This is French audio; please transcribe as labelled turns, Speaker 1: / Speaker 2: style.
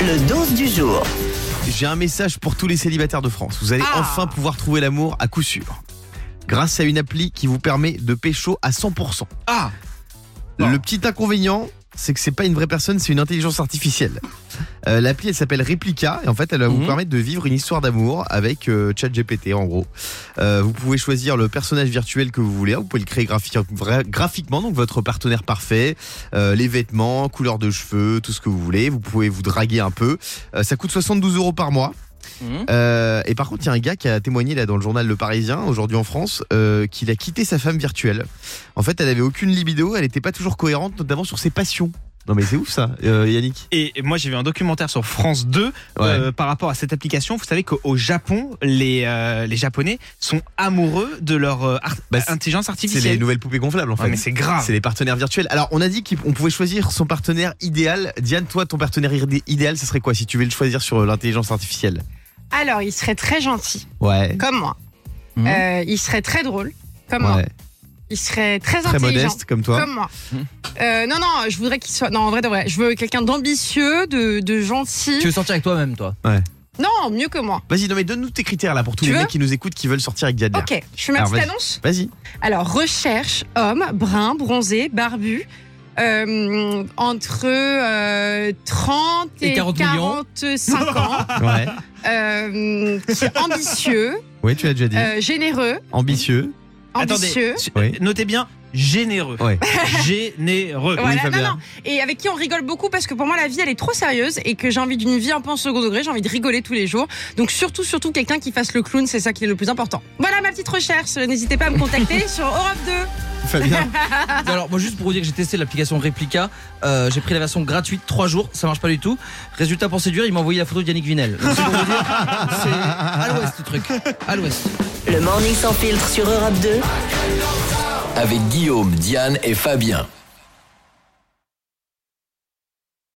Speaker 1: Le 12 du jour.
Speaker 2: J'ai un message pour tous les célibataires de France. Vous allez
Speaker 3: Ah.
Speaker 2: enfin pouvoir trouver l'amour à coup sûr. Grâce à une appli qui vous permet de pécho à 100%.
Speaker 3: Ah
Speaker 2: Le petit inconvénient, c'est que c'est pas une vraie personne, c'est une intelligence artificielle. Euh, L'appli, elle s'appelle Replica et en fait, elle va vous
Speaker 3: Mhm.
Speaker 2: permettre de vivre une histoire d'amour avec euh, ChatGPT en gros. Euh, vous pouvez choisir le personnage virtuel que vous voulez. Vous pouvez le créer graphi- vra- graphiquement, donc votre partenaire parfait, euh, les vêtements, couleur de cheveux, tout ce que vous voulez. Vous pouvez vous draguer un peu. Euh, ça coûte 72 euros par mois.
Speaker 3: Mhm.
Speaker 2: Euh, et par contre, il y a un gars qui a témoigné là dans le journal Le Parisien aujourd'hui en France euh, qu'il a quitté sa femme virtuelle. En fait, elle avait aucune libido, elle n'était pas toujours cohérente, notamment sur ses passions. Non mais c'est ouf ça, euh, Yannick.
Speaker 4: Et moi, j'ai vu un documentaire sur France 2 euh, par rapport à cette application. Vous savez qu'au Japon, les, euh, les Japonais sont amoureux de leur euh, art-
Speaker 2: Bah, c'est-
Speaker 4: intelligence
Speaker 2: c'est les
Speaker 4: artificielle.
Speaker 2: nouvelles poupées gonflables en
Speaker 4: Ah,
Speaker 2: fait.
Speaker 4: mais c'est grave.
Speaker 2: C'est les partenaires virtuels. Alors, on a dit qu'on pouvait choisir son partenaire idéal. Diane, toi, ton partenaire idé- idéal, ce serait quoi si tu veux le choisir sur euh, l'intelligence artificielle
Speaker 5: Alors, il serait très gentil,
Speaker 2: Ouais.
Speaker 5: comme moi.
Speaker 3: Mhm.
Speaker 5: Euh, il serait très drôle, comme moi.
Speaker 2: Hmm. Ouais.
Speaker 5: Il serait très,
Speaker 2: Très
Speaker 5: intelligent,
Speaker 2: modeste comme toi.
Speaker 5: comme moi.
Speaker 3: Mhm.
Speaker 5: Euh, non, non, je voudrais qu'il soit. Non, en vrai, de vrai. Je veux quelqu'un d'ambitieux, de, de gentil.
Speaker 3: Tu veux sortir avec toi-même, toi
Speaker 5: Non, mieux que moi.
Speaker 2: Vas-y, non mais donne-nous tes critères là pour tous
Speaker 5: Tu
Speaker 2: les
Speaker 5: veux
Speaker 2: mecs qui nous écoutent qui veulent sortir avec Diane. Lerche.
Speaker 5: Ok, je fais ma
Speaker 2: Alors,
Speaker 5: petite
Speaker 2: vas-y.
Speaker 5: annonce.
Speaker 2: Vas-y.
Speaker 5: Alors, recherche homme, brun, bronzé, barbu. euh, entre euh, 30 et,
Speaker 3: Et 40 millions.
Speaker 5: 45 ans,
Speaker 2: Ouais.
Speaker 5: euh, qui est ambitieux,
Speaker 2: Ouais, tu l'as déjà dit.
Speaker 5: euh, généreux,
Speaker 2: Ambitieux.
Speaker 5: ambitieux.
Speaker 4: Attendez, su-
Speaker 2: Oui.
Speaker 4: notez bien généreux.
Speaker 2: Ouais.
Speaker 4: Généreux.
Speaker 5: Voilà,
Speaker 2: Fabien.
Speaker 5: non, non. Et avec qui on rigole beaucoup parce que pour moi la vie elle est trop sérieuse et que j'ai envie d'une vie un peu en second degré, j'ai envie de rigoler tous les jours. Donc surtout, surtout quelqu'un qui fasse le clown, c'est ça qui est le plus important. Voilà ma petite recherche, n'hésitez pas à me contacter sur Europe 2.
Speaker 2: Fabien.
Speaker 3: Alors, moi, juste pour vous dire que j'ai testé l'application Replica, euh, j'ai pris la version gratuite 3 jours, ça marche pas du tout. Résultat pour séduire, il m'a envoyé la photo de Yannick Vinel. Donc, c'est pour vous dire, c'est à l'ouest, le truc. À l'ouest.
Speaker 1: Le morning sans filtre sur Europe 2.
Speaker 6: avec Guillaume, Diane et Fabien.